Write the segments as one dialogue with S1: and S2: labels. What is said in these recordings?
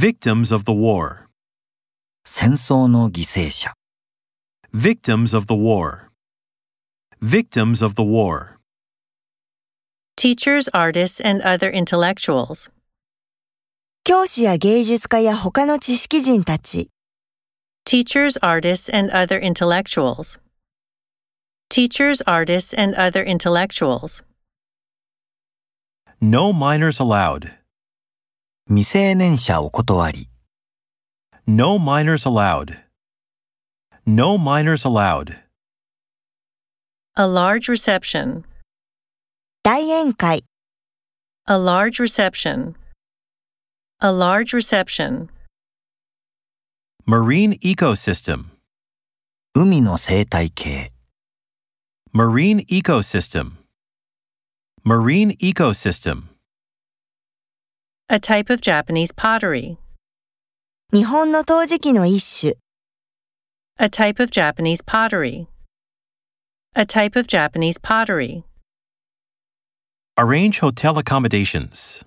S1: Victims of the war.
S2: 戦争の犠牲者
S1: Victims of the war. Victims of the war.
S3: teachers, artists, and other intellectuals.
S4: 教師や芸術家や他の知識人たち、
S3: Teachers, artists, and other intellectuals. Teachers, artists, and other intellectuals.
S1: No minors allowed.
S2: 未成年者お断り
S1: No minors allowed. No minors allowed.
S3: A large reception.
S4: 大宴会、
S3: A large reception. A large reception.
S1: Marine ecosystem.
S2: 海の生態系
S1: Marine ecosystem. Marine ecosystem.
S3: A type of Japanese pottery.
S4: 日本の陶磁器の一種、
S3: A type of Japanese pottery. A type of Japanese pottery.
S1: Arrange hotel accommodations.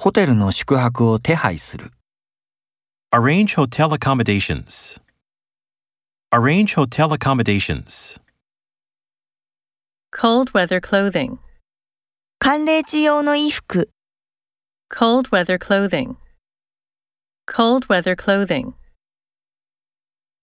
S2: ホテルの宿泊を手配する
S1: Arrange hotel accommodations. Arrange hotel accommodations.
S3: Cold weather clothing.
S4: 寒冷地用の衣服。
S3: Cold weather clothing. Cold weather clothing.